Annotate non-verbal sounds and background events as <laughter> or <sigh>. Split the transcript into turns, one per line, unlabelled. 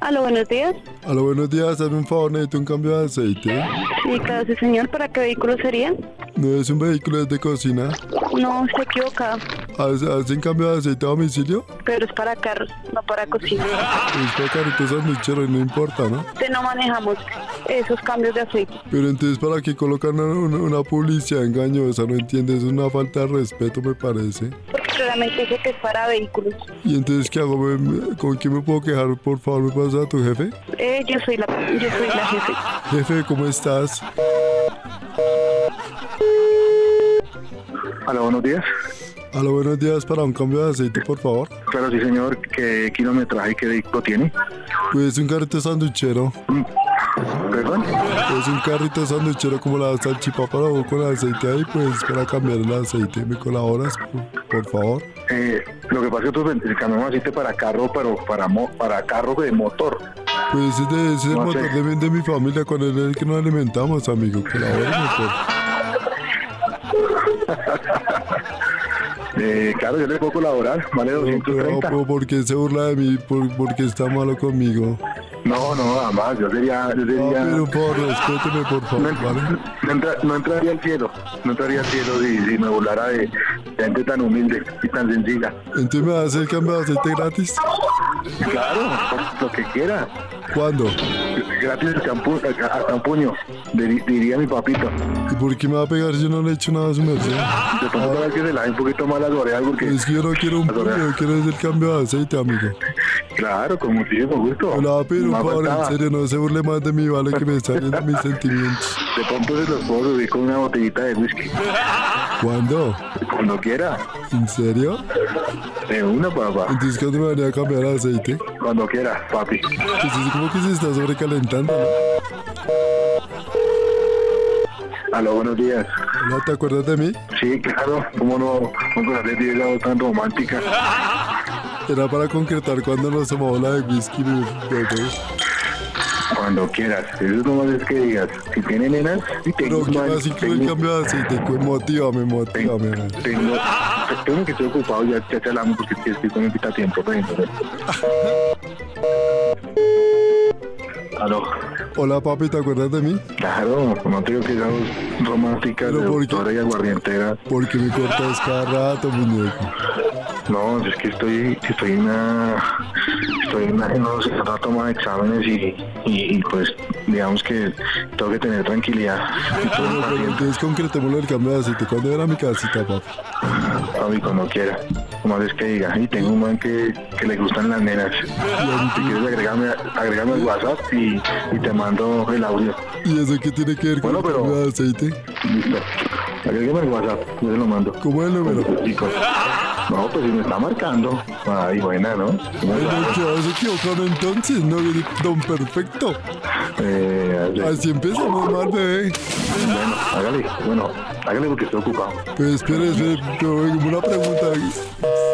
Aló, buenos días.
Aló, buenos días, hazme un favor, necesito un cambio de aceite.
Sí, claro, sí, señor. ¿Para qué vehículo sería?
No es un vehículo, es de cocina.
No, se equivoca.
¿Hace- ¿Hacen cambio de aceite a domicilio?
Pero es para carros, no para cocina.
Es para carritos sandwicheros, no importa, ¿no?
Usted no manejamos esos cambios de aceite.
Pero entonces, ¿para qué colocan una, una publicidad engañosa? No entiendes, es una falta de respeto, me parece.
Porque claramente dice que es para vehículos.
¿Y entonces qué hago? ¿Me- me- ¿Con quién me puedo quejar? Por favor, me pasa a tu jefe.
Eh, yo soy la, yo soy la jefe.
Jefe, ¿cómo estás?
Hola, buenos días.
Aló, buenos días, para un cambio de aceite, por favor.
Claro, sí, señor. ¿Qué kilometraje y qué vehículo tiene?
Pues es un carrito sanduchero.
Perdón.
Es un carrito sanduchero como la salchipapa, la hago con aceite ahí, pues para cambiar el aceite. ¿Me colaboras, por, por favor?
Eh, lo que pasa es que nosotros ven- cambiamos aceite para carro, pero para, mo- para carro de motor.
Pues es, de, es el
No sé.
motor de, mi- de mi familia, con él es el que nos alimentamos, amigo. Colabora, por
Eh, claro, yo le puedo colaborar. Vale
No, pero,
230.
pero ¿por qué se burla de mí? ¿Por, por qué está malo conmigo?
No, no, nada más. Yo sería... Yo
No,
sería
pero por respéteme, por
no,
favor,
en-
¿vale?
no entra- no entraría al cielo. No entraría al cielo si, si me burlara de, de gente tan humilde y tan sencilla.
Entonces me vas a hacer el cambio de aceite gratis.
Claro, lo que quiera.
¿Cuándo?
Gratis hasta un, pu- hasta un puño, dir- diría mi papito.
¿Y por qué me va a pegar si yo no le he hecho nada a su merced?
De pronto para que se la dé un poquito más las orejas porque...
Es que yo no quiero un puño, yo quiero hacer el cambio de aceite, amigo.
Claro, con muchísimo gusto.
Pero le va a pedir un
Más
favor, en
faltaba.
serio, no se burle más de mí, ¿vale? Que me están yendo mis sentimientos.
De pronto se los puedo subir con una botellita de whisky.
¿Cuándo?
Cuando quiera.
¿En serio?
De una, papá.
Entonces, ¿cuándo me van a ir a cambiar de aceite?
Cuando quiera, papi.
Pues es como que se está sobrecalentando, ¿no?
Aló, buenos días.
Hola, ¿te acuerdas de mí?
Sí, claro. ¿Cómo no? ¿Cómo la gente llegado tan romántica?
Era para concretar cuando nos tomamos la de whisky, mi bebé.
Cuando quieras. Eso nomás es que digas. Si tiene nenas, si
Pero
tengo
que
man,
así quiero el
tengo-
cambio de aceite, cu- motívame, motívame. man.
Tengo, tengo que estoy ocupado ya, ya charlamos porque es que estoy con el quita tiempo. ven, ven.
<laughs>
Aló.
Hola papi, ¿te acuerdas de mí?
Claro, no tengo que dar románticas
Pero
de
¿por qué?
autora y aguardientera.
Porque me cortas cada rato, muñeco.
No, es que estoy, estoy en una, estoy en una, en unos- en una toma de exámenes y, y, y, pues digamos que tengo que tener tranquilidad. Estoy
Pero,
muy
pero
paciente,
entonces concretémoslo el cambio de aceite. ¿Cuándo era mi casita, papi?
papi, cuando quiera. Como es que diga, y tengo un man que, que le gustan las nenas. Si quieres agregarme, agregarme al WhatsApp y, y te mando el audio.
¿Y eso qué tiene que ver con
Bueno,
el
pero-
cambio de aceite?
Listo. Agregueme el WhatsApp, yo se lo mando.
¿Cómo es el número?
Chicos. pues, No, pues si me está marcando. Ay, buena, ¿no?
Ay, no, ¿qué vas equivocado entonces? No, don perfecto.
Eh, así-
Así empezamos mal, bebé.
bueno, hágale, bueno, hágale porque estoy ocupado.
Pues espere, espere, pero venga, una pregunta.